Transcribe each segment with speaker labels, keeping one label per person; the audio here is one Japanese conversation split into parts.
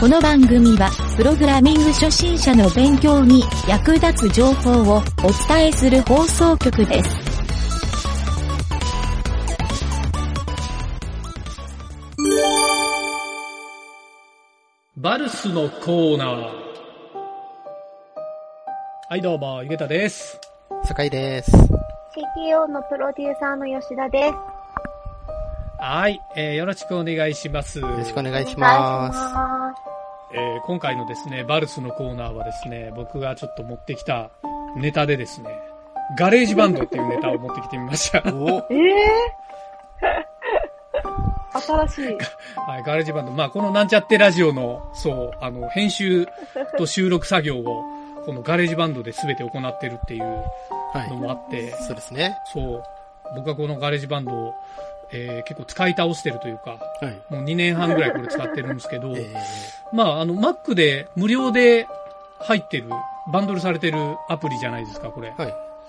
Speaker 1: この番組は、プログラミング初心者の勉強に役立つ情報をお伝えする放送局です。
Speaker 2: バルスのコーナー。はい、どうも、ゆげたです。
Speaker 3: 酒井です。
Speaker 4: CTO のプロデューサーの吉田です。よ
Speaker 2: はい、えー、よろしくお願いします。
Speaker 3: よろしくお願いします。
Speaker 4: ま
Speaker 2: えー、今回のですね、バルスのコーナーはですね、僕がちょっと持ってきたネタでですね、ガレージバンドっていうネタを持ってきてみま した。
Speaker 3: お
Speaker 5: ええー、新しい。
Speaker 2: はい、ガレージバンド。まあ、このなんちゃってラジオの、そう、あの、編集と収録作業を、このガレージバンドで全て行ってるっていう
Speaker 3: はい
Speaker 2: の。もあって、
Speaker 3: そうですね。
Speaker 2: そう、僕はこのガレージバンドを、えー結構使い倒してるというか、
Speaker 3: はい。
Speaker 2: もう2年半ぐらいこれ使ってるんですけど、
Speaker 3: えー、
Speaker 2: まあ、あの、Mac で無料で入ってる、バンドルされてるアプリじゃないですか、これ。
Speaker 3: は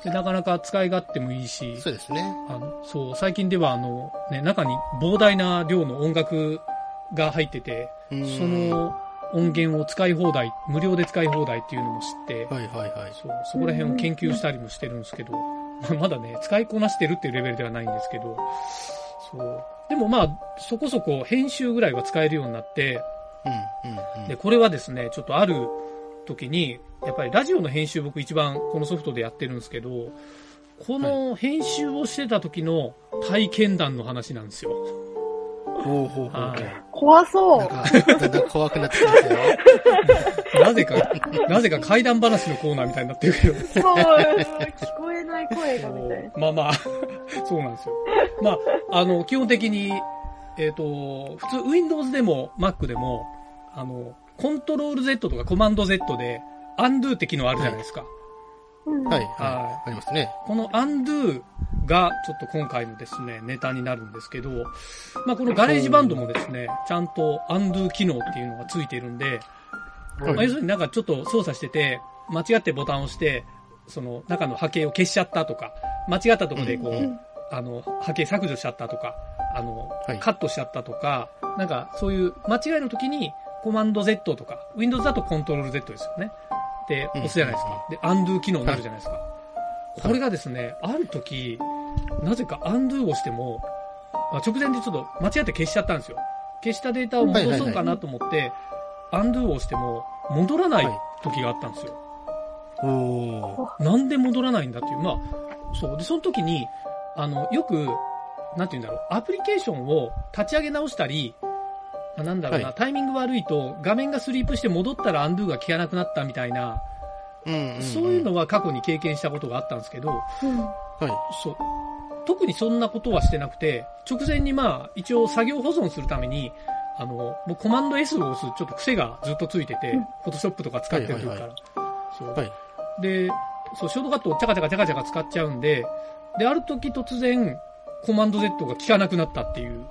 Speaker 2: でなかなか使い勝手もいいし
Speaker 3: い。、そうですね。
Speaker 2: あのそう、最近ではあの、ね、中に膨大な量の音楽が入ってて、
Speaker 3: そ
Speaker 2: そ、の音源を使い放題、無料で使い放題っていうのも知って、
Speaker 3: はいはいはい。
Speaker 2: そう、そこら辺を研究したりもしてるんですけど、まあまだね、使いこなしてるっていうレベルではないんですけど、そう。でもまあ、そこそこ編集ぐらいは使えるようになって、
Speaker 3: うん、うん、うん。
Speaker 2: で、これはですね、ちょっとある時に、やっぱりラジオの編集僕一番このソフトでやってるんですけど、この編集をしてた時の体験談の話なんですよ。
Speaker 3: ほうほうほうほう。
Speaker 2: はい
Speaker 5: 怖そ
Speaker 3: なん
Speaker 5: う。
Speaker 3: か、だんだん怖くなってき ますよ。
Speaker 2: なぜか、なぜか怪談話のコーナーみたいになってるけど。
Speaker 5: そう、聞こえない声がみたいな。
Speaker 2: まあまあ、そうなんですよ。まあ、あの、基本的に、えっ、と、普通 Windows でも Mac でも、あの、コントロール Z とかコマンド Z で、undo って機能あるじゃないですか。
Speaker 5: うん
Speaker 3: はい、はい。
Speaker 2: は
Speaker 3: ありますね。
Speaker 2: この undo がちょっと今回のですね、ネタになるんですけど、まあこのガレージバンドもですね、ちゃんと undo 機能っていうのがついてるんで、まあ、要するになんかちょっと操作してて、間違ってボタンを押して、その中の波形を消しちゃったとか、間違ったところでこう、
Speaker 3: うん
Speaker 2: あの、波形削除しちゃったとか、あの、
Speaker 3: はい
Speaker 2: カットしちゃったとか、なんかそういう間違いの時にコマンド Z とか、Windows だとコントロール Z ですよね。で、
Speaker 3: うん
Speaker 2: 押すじゃないですか。で、undo 機能になるじゃないですか。これがですね、ある時、なぜか undo をしても、あ直前でちょっと間違って消しちゃったんですよ。消したデータを戻そうかなと思って、undo をしても戻らない時があったんですよ。
Speaker 3: おお
Speaker 2: なんで戻らないんだっていう。まあ、そう。で、その時に、あの、よく、なんて言うんだろう、アプリケーションを立ち上げ直したり、あなんだろうな、
Speaker 3: はい
Speaker 2: タイミング悪いと画面がスリープして戻ったらアンドゥが効かなくなったみたいな、
Speaker 3: うんうん、うん。
Speaker 2: そういうのは過去に経験したことがあったんですけど、
Speaker 3: はい。
Speaker 2: そう。特にそんなことはしてなくて、直前にまあ、一応作業保存するために、あの、もうコマンド S を押す、ちょっと癖がずっとついてて、フォトショップとか使ってる時か
Speaker 3: は
Speaker 2: ら。
Speaker 3: いはい
Speaker 2: そう
Speaker 3: はい。
Speaker 2: で、そう、ショートカットをチャカチャカチャカチャカ使っちゃうんで、で、ある時突然、コマンド Z が効かなくなったっていう。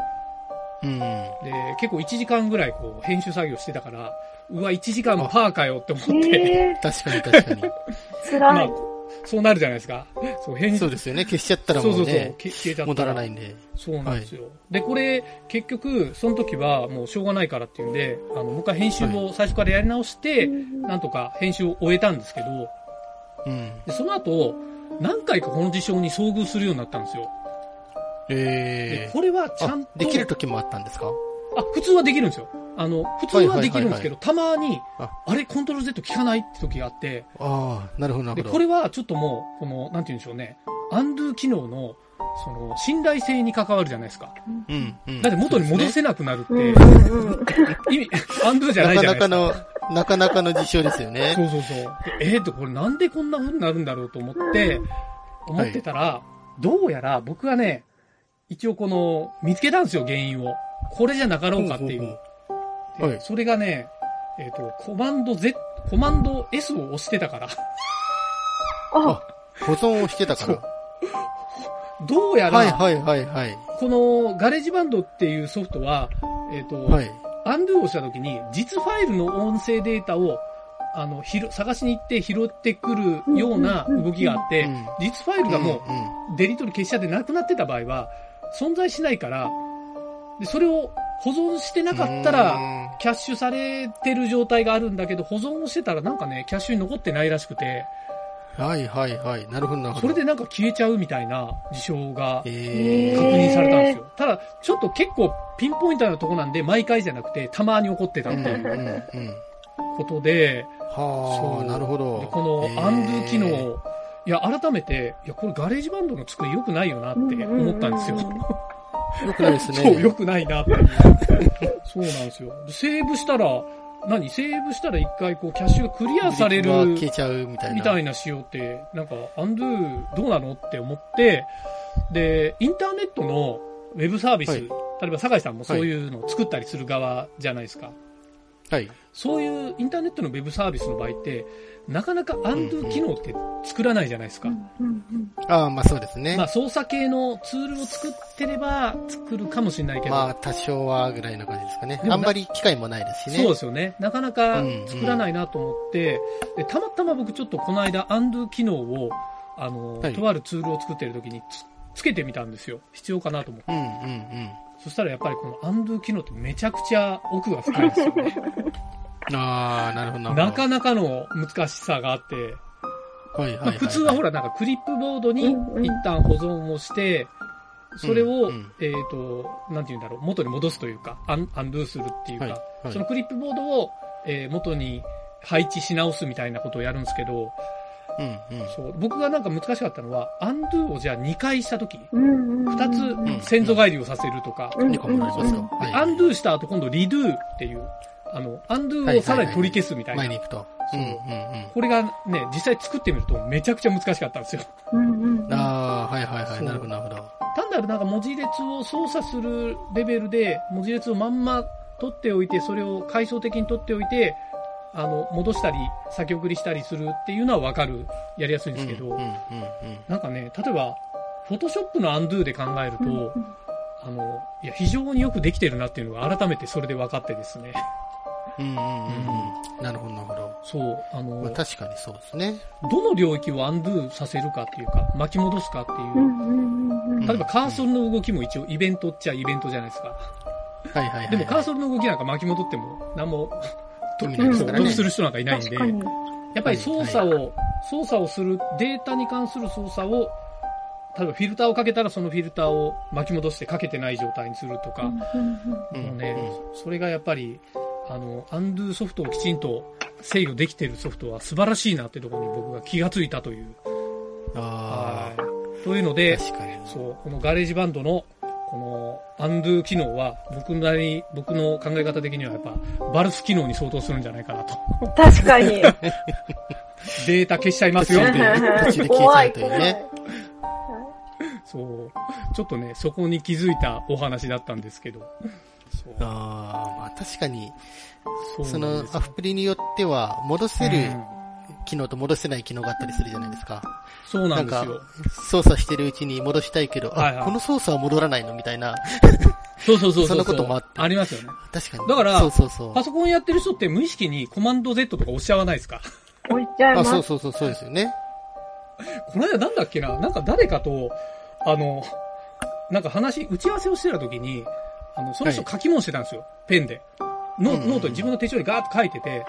Speaker 3: うん。
Speaker 2: で、結構1時間ぐらいこう、編集作業してたから、うわ、1時間パーかよって思って、
Speaker 5: ええ
Speaker 3: 確かに確かに。
Speaker 5: ー、
Speaker 2: ま
Speaker 5: 辛
Speaker 2: あ
Speaker 5: い。、
Speaker 2: そうなるじゃないですか。そ う、編集、
Speaker 3: そうですよね。消しちゃったら
Speaker 2: そ
Speaker 3: も
Speaker 2: う
Speaker 3: う
Speaker 2: そうそう、
Speaker 3: ね、
Speaker 2: け消えちゃった。
Speaker 3: 戻らないんで。
Speaker 2: そうなんですよ。で、これ、結局、その時はもうしょうがないからっていうんで、あの、もう一回編集を最初からやり直して、なんとか編集を終えたんですけど、
Speaker 3: うん。
Speaker 2: で、その後、何回かこの事象に遭遇するようになったんですよ。で
Speaker 3: ええ
Speaker 2: これはちゃん
Speaker 3: あ
Speaker 2: と、、
Speaker 3: できる時もあったんですか
Speaker 2: あ、普通はできるんですよ。あの、普通はできるんですけど、たまに、
Speaker 3: あ
Speaker 2: あれ、コントロール Z 効かないって時があって、
Speaker 3: ああ、なるほどな
Speaker 2: で、
Speaker 3: るほど。
Speaker 2: これはちょっともう、この、なんて言うんでしょうね、アンドゥ機能の、その、信頼性に関わるじゃないですか。
Speaker 3: うん、うん。
Speaker 2: だって元に戻
Speaker 3: そう
Speaker 2: せなくなるって、
Speaker 5: うんうんうん。
Speaker 2: 意味、 アンドゥじゃ
Speaker 3: です
Speaker 2: な
Speaker 3: ね
Speaker 2: いじ
Speaker 3: ないか
Speaker 2: ゃなですか。
Speaker 3: なかの、なかなかの事象ですよね。
Speaker 2: そうそうそう。でえー、ってこれなんでこんな風になるんだろうと思って、思ってたら、どうやら僕はね、一応この、見つけたんですよ、原因を。これじゃなかろうかっていう。
Speaker 3: ほうほうはい
Speaker 2: でそれがね、えっ、と、コマンド Z、コマンド S を押してたから、
Speaker 5: あ、
Speaker 3: 保存をしてたか
Speaker 2: どうや
Speaker 3: ら。
Speaker 2: ら、
Speaker 3: はいはいはいはい。
Speaker 2: このガレージバンドっていうソフトは、えっ、と、
Speaker 3: はい。
Speaker 2: アンドゥをしたときに、実ファイルの音声データを、あの、ひろ探しに行って拾ってくるような動きがあって
Speaker 3: うん、
Speaker 2: 実ファイルがも
Speaker 3: うんうん
Speaker 2: うデリートの消しちゃってなくなってた場合は、存在しないから、で、それを保存してなかったら、、キャッシュされてる状態があるんだけど、保存をしてたらなんかね、キャッシュに残ってないらしくて、
Speaker 3: うんはいはいはい。なるほどなるほど。
Speaker 2: それで、なんか消えちゃうみたいな事象が
Speaker 3: え
Speaker 2: 確
Speaker 3: ー、
Speaker 2: 認されたんですよ。ただ、ちょっと結構ピンポイントなとこなんで、毎回じゃなくて、たまに起こってたっていう
Speaker 3: うんうんうん。
Speaker 2: ことで、
Speaker 3: は
Speaker 2: そう
Speaker 3: あ、なるほど
Speaker 2: で。このアンドゥ機能を、いや、改めて、いや、これガレージバンドの作り良くないよなって思ったんですよ。
Speaker 5: うんうんうん
Speaker 3: よくないですね。
Speaker 2: そう、良くないなって。 そうなんですよ。でセーブしたら、何セーブしたら一回こう、キャッシュがクリアされる
Speaker 3: 履歴が消えちゃうみたいな。
Speaker 2: みたいな仕様って、なんか、アンドゥどうなのって思って、で、インターネットのウェブサービス、
Speaker 3: はい
Speaker 2: 例えば酒井さんもそういうのを作ったりする側じゃないですか。
Speaker 3: はい。
Speaker 2: そういうインターネットのウェブサービスの場合って、なかなかアンドゥ機能って作らないじゃないですか。
Speaker 3: ああ、まあそうですね。
Speaker 2: ま
Speaker 3: ま
Speaker 2: あ、操作系のツールを作ってれば作るかもしれないけ
Speaker 3: あ、
Speaker 2: ど、
Speaker 3: 多少はぐらいな感じですかね
Speaker 2: で。もな
Speaker 3: あんまり機会もないですしね。。
Speaker 2: そうですすよね。なかなか作らないなと思って、でたまたま僕ちょっとこの間、アンドゥ機能を、あの、
Speaker 3: はい
Speaker 2: とあるツールを作ってる時につつけてみたんですよ。必要かなと思って。
Speaker 3: うんうんうん。
Speaker 2: そしたらやっぱりこのアンドゥ機能ってめちゃくちゃ奥が深いんで すよね。
Speaker 3: ああ、なるほどなるほど。
Speaker 2: なかなかの難しさがあって、
Speaker 3: はい
Speaker 2: まあ
Speaker 3: はいいい。
Speaker 2: 普通はほらなんかクリップボードに
Speaker 5: うんうん
Speaker 2: 一旦保存をして、それ
Speaker 3: うん
Speaker 2: を
Speaker 3: うん、
Speaker 2: えっと、なんて言うんだろう、元に戻すというか、アンアンドゥするっていう
Speaker 3: はい
Speaker 2: か
Speaker 3: は、い
Speaker 2: そのクリップボードを、えー元に配置し直すみたいなことをやるんですけど、
Speaker 3: うんうん。
Speaker 2: そう僕がなんか難しかったのは、アンドゥをじゃあ2回したとき、
Speaker 5: うんうん。
Speaker 2: 2
Speaker 3: ん
Speaker 2: つ先祖返りをさせるとか、
Speaker 5: うん
Speaker 3: いいかもなりますよ。はい
Speaker 2: アンドゥした後今度リドゥっていう、あの、アンドゥをさらに取り消すみたい
Speaker 3: 前に
Speaker 2: な。
Speaker 3: 行くと。
Speaker 2: そ
Speaker 3: うん
Speaker 2: う
Speaker 3: うんうん。
Speaker 2: これがね、実際作ってみるとめちゃくちゃ難しかったんですよ。
Speaker 3: ああ、はいはいは
Speaker 2: そ
Speaker 3: い。
Speaker 2: う
Speaker 3: なるほどなるほど。
Speaker 2: 単なるなんか文字列を操作するレベルで、文字列をまんま取っておいて、それを階層的に取っておいて、あの、戻したり、先送りしたりするっていうのはわかる、やりやすいんですけど、
Speaker 3: うんうんうんうん。
Speaker 2: なんかね、例えば、フォトショップのアンドゥで考えると、あの、いや、非常によくできてるなっていうのが改めてそれで分かってですね。
Speaker 3: うんうんうんうん。なるほどなるほど。
Speaker 2: そう、あの、
Speaker 3: まあ確かにそうですね。
Speaker 2: どの領域をアンドゥさせるかっていうか、巻き戻すかっていう、
Speaker 3: うん
Speaker 2: 例えばカーソルの動きも一応イベントっちゃイベントじゃないですか。
Speaker 3: はいはいはい。
Speaker 2: でもカー
Speaker 3: ソ
Speaker 2: ソルの動きなんか巻き戻っても、何も、と
Speaker 3: 意味
Speaker 2: 得
Speaker 3: ない
Speaker 5: ですからね
Speaker 2: する人なんかいないんで、
Speaker 4: 確かに。
Speaker 2: やっぱり操作を、操作をする、データに関する操作を、例えばフィルターをかけたらそのフィルターを巻き戻してかけてない状態にするとか、
Speaker 3: ル
Speaker 2: もうね、それがやっぱり、あの、アンドゥソフトをきちんと制御できているソフトは素晴らしいなってところに僕が気がついたという。
Speaker 3: あ
Speaker 2: はい。というの
Speaker 3: あ、
Speaker 2: で、
Speaker 3: 確かに。
Speaker 2: そう、このガレージバンドの、この、アンドゥ機能は、僕なり、僕の考え方的にはやっぱ、バルス機能に相当するんじゃないかなと。
Speaker 5: 確 かに。
Speaker 2: データ消しちゃいますよっていう。
Speaker 3: 口で消えち
Speaker 5: 怖
Speaker 3: ゃう
Speaker 5: い
Speaker 3: という
Speaker 5: 怖
Speaker 3: ね
Speaker 5: い。
Speaker 2: そう。ちょっとね、そこに気づいたお話だったんですけど。そう。
Speaker 3: ああ、まあ確かに、
Speaker 2: そ
Speaker 3: そう
Speaker 2: なん
Speaker 3: の
Speaker 2: です
Speaker 3: ア
Speaker 2: よ
Speaker 3: フプリによっては、戻せ
Speaker 2: う
Speaker 3: る
Speaker 2: ん
Speaker 3: 機能と戻せない機能があったりするじゃないですか。
Speaker 2: そうな
Speaker 3: なんん
Speaker 2: です
Speaker 3: か
Speaker 2: よ。、
Speaker 3: 操作してるうちに戻したいけど、
Speaker 2: はいはい
Speaker 3: あ、この操作は戻らないのみたいな。
Speaker 2: そうそうそうう。
Speaker 3: そんなこともあって
Speaker 2: ありますよね。
Speaker 3: 確かに。
Speaker 2: だから
Speaker 3: そうそうそう
Speaker 2: パ。ソコンやってる人って無意識にコマンド Z とか押しちゃわないですか
Speaker 5: 置いちゃいま
Speaker 3: あ、
Speaker 5: す。
Speaker 3: そうそうそう、そうですよね。
Speaker 2: この間なんだっけななんか誰かと、あの、なんか話、打ち合わせをしてた時に、あの、その人
Speaker 3: は
Speaker 2: 書き物してたんですよ。ペンで。ノ,、
Speaker 3: うんうんうん
Speaker 2: ノートに自分の手帳にガーッと書いてて、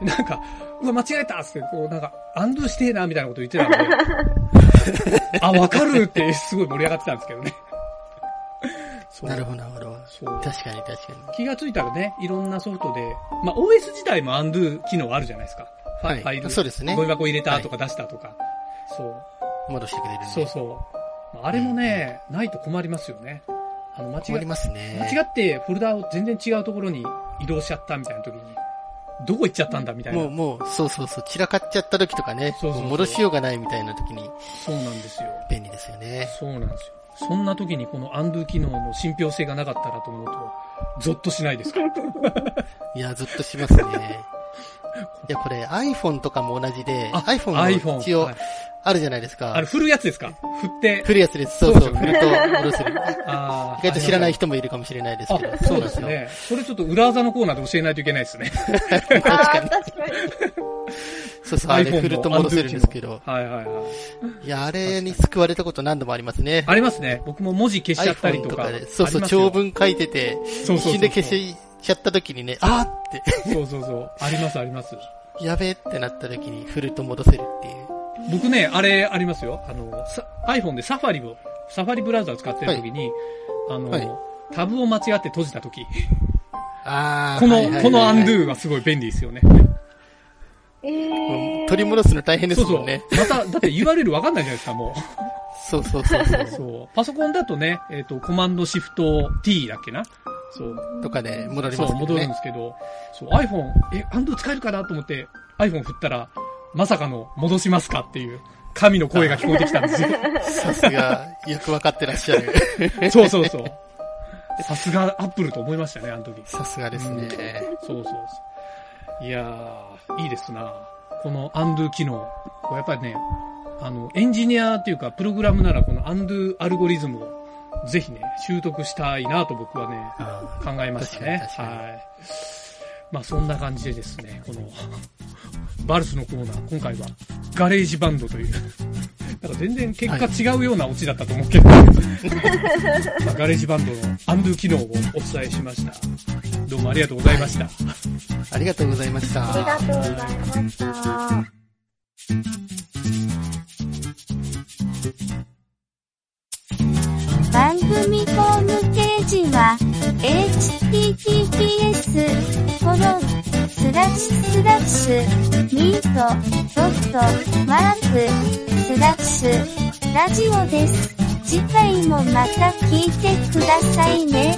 Speaker 2: でなんか、うわ、間違えたっつって、こう、なんか、アンドゥしてえな、みたいなこと言ってたん で、あ、わかるって、すごい盛り上がってたんですけどね。そう
Speaker 3: なるほど、なるほど。
Speaker 2: そう
Speaker 3: 確かに確かに。
Speaker 2: 気がついたらね、いろんなソフトで、まあ、OS 自体も undo 機能あるじゃないですか。ファ
Speaker 3: はい
Speaker 2: ファイル。
Speaker 3: そうですね
Speaker 2: ゴミ箱入れたとか出したとか。そう。
Speaker 3: 戻してくれる、ね。
Speaker 2: そうそう。まああれもね、ないと困りますよね。あの、間違
Speaker 3: 困り
Speaker 2: え、
Speaker 3: ますね。
Speaker 2: 間違ってフォルダを全然違うところに移動しちゃったみたいな時に、どこ行っちゃったんだみたい
Speaker 3: もう、
Speaker 2: な。
Speaker 3: もう、そうそうそう、散らかっちゃった時とかね、
Speaker 2: そうそうそう
Speaker 3: もう戻しようがないみたいな時に
Speaker 2: そうなんですよ。
Speaker 3: 便利ですよね。
Speaker 2: そうなんですよ。そんな時にこの undo 機能の信憑性がなかったらと思うと、ゾッとしないですか
Speaker 3: いや、ずっとします ね。いや、これ iPhone とかも同じで、
Speaker 2: あ
Speaker 3: iPhone も一応
Speaker 2: はい
Speaker 3: あるじゃないです
Speaker 2: あ
Speaker 3: か
Speaker 2: れ、。振るやつですか振って。
Speaker 3: 振るやつです。そうそう、
Speaker 2: そうで
Speaker 3: 振
Speaker 2: す
Speaker 3: る
Speaker 2: よね
Speaker 3: と下ろせる。
Speaker 2: あー
Speaker 3: 意外と知らない人もいるかもしれないです
Speaker 2: あ
Speaker 3: けど。、
Speaker 2: そうです。ね。それちょっと裏技のコーナーで教えないといけないですね。
Speaker 5: あー、確かに。
Speaker 3: そうそう、あれ振ると戻せるんですけど。
Speaker 2: はいはいはい。
Speaker 3: いや、あれに救われたこと何度もありますね。
Speaker 2: ありますね。僕も文字消しちゃったり
Speaker 3: iPhone
Speaker 2: と
Speaker 3: と
Speaker 2: か。
Speaker 3: かで。そうそう、
Speaker 2: ありますよ
Speaker 3: 長。文書いてて、
Speaker 2: そう
Speaker 3: 一
Speaker 2: そうそう
Speaker 3: 瞬で消しちゃった時にね、あーって。
Speaker 2: そうそうそう。ありますあります。
Speaker 3: やべえって なった時に振ると戻せるっていう。
Speaker 2: 僕ね、あれありますよ。あの、さ iPhone でサファリを、サファリブラウザを使ってる時に、あの、
Speaker 3: はい
Speaker 2: タブを間違って閉じた時。
Speaker 3: あー
Speaker 2: この、
Speaker 3: はいはいはいはい
Speaker 2: このアンドゥはすごい便利ですよね。
Speaker 5: えー、
Speaker 3: 取り戻すの大変です
Speaker 2: そうそ
Speaker 3: も
Speaker 2: う。
Speaker 3: んね。
Speaker 2: また、だって URL わかんないじゃないですか、も
Speaker 3: そうそうそう
Speaker 2: う。
Speaker 3: そう。
Speaker 2: そう。パソコンだとね、えっ、と、コマンドシフト T だっけな。そう。
Speaker 3: とかで戻り
Speaker 2: そ
Speaker 3: ます
Speaker 2: う、
Speaker 3: け
Speaker 2: 戻
Speaker 3: ど
Speaker 2: るんで
Speaker 3: ね。
Speaker 2: すけど、そう、iPhone、え、アンドゥ使えるかなと思って、iPhone 振ったら、まさかの戻しますかっていう、神の声が聞こえてきたんです よ。
Speaker 3: さすが、よくわかってらっしゃる。
Speaker 2: そうそうそう。さすがアップルと思いましたね、あの時。
Speaker 3: さすがですね。
Speaker 2: そうそうそう。いやー、いいですな。この undo 機能。これやっぱりね、あの、エンジニアっていうか、プログラムならこの undo アルゴリズムをぜひね、習得したいなと僕はね、
Speaker 3: あ
Speaker 2: 考えましたね。
Speaker 3: 確かに確かに
Speaker 2: はい。まあそんな感じでですね、この、 バルスのコーナー、今回はガレージバンドという、 なんか全然結果違うようなオチだったと思うけど、まあガレージバンドのアンドゥ機能をお伝えしました。どうもありがとうございました。
Speaker 3: ーありがとうございました。
Speaker 4: ありがとうございました。
Speaker 6: 番組ホームページは https コロンスラッシュスラッシュミートドットマークスラッシュラジオです。次回もまた聞いてくださいね。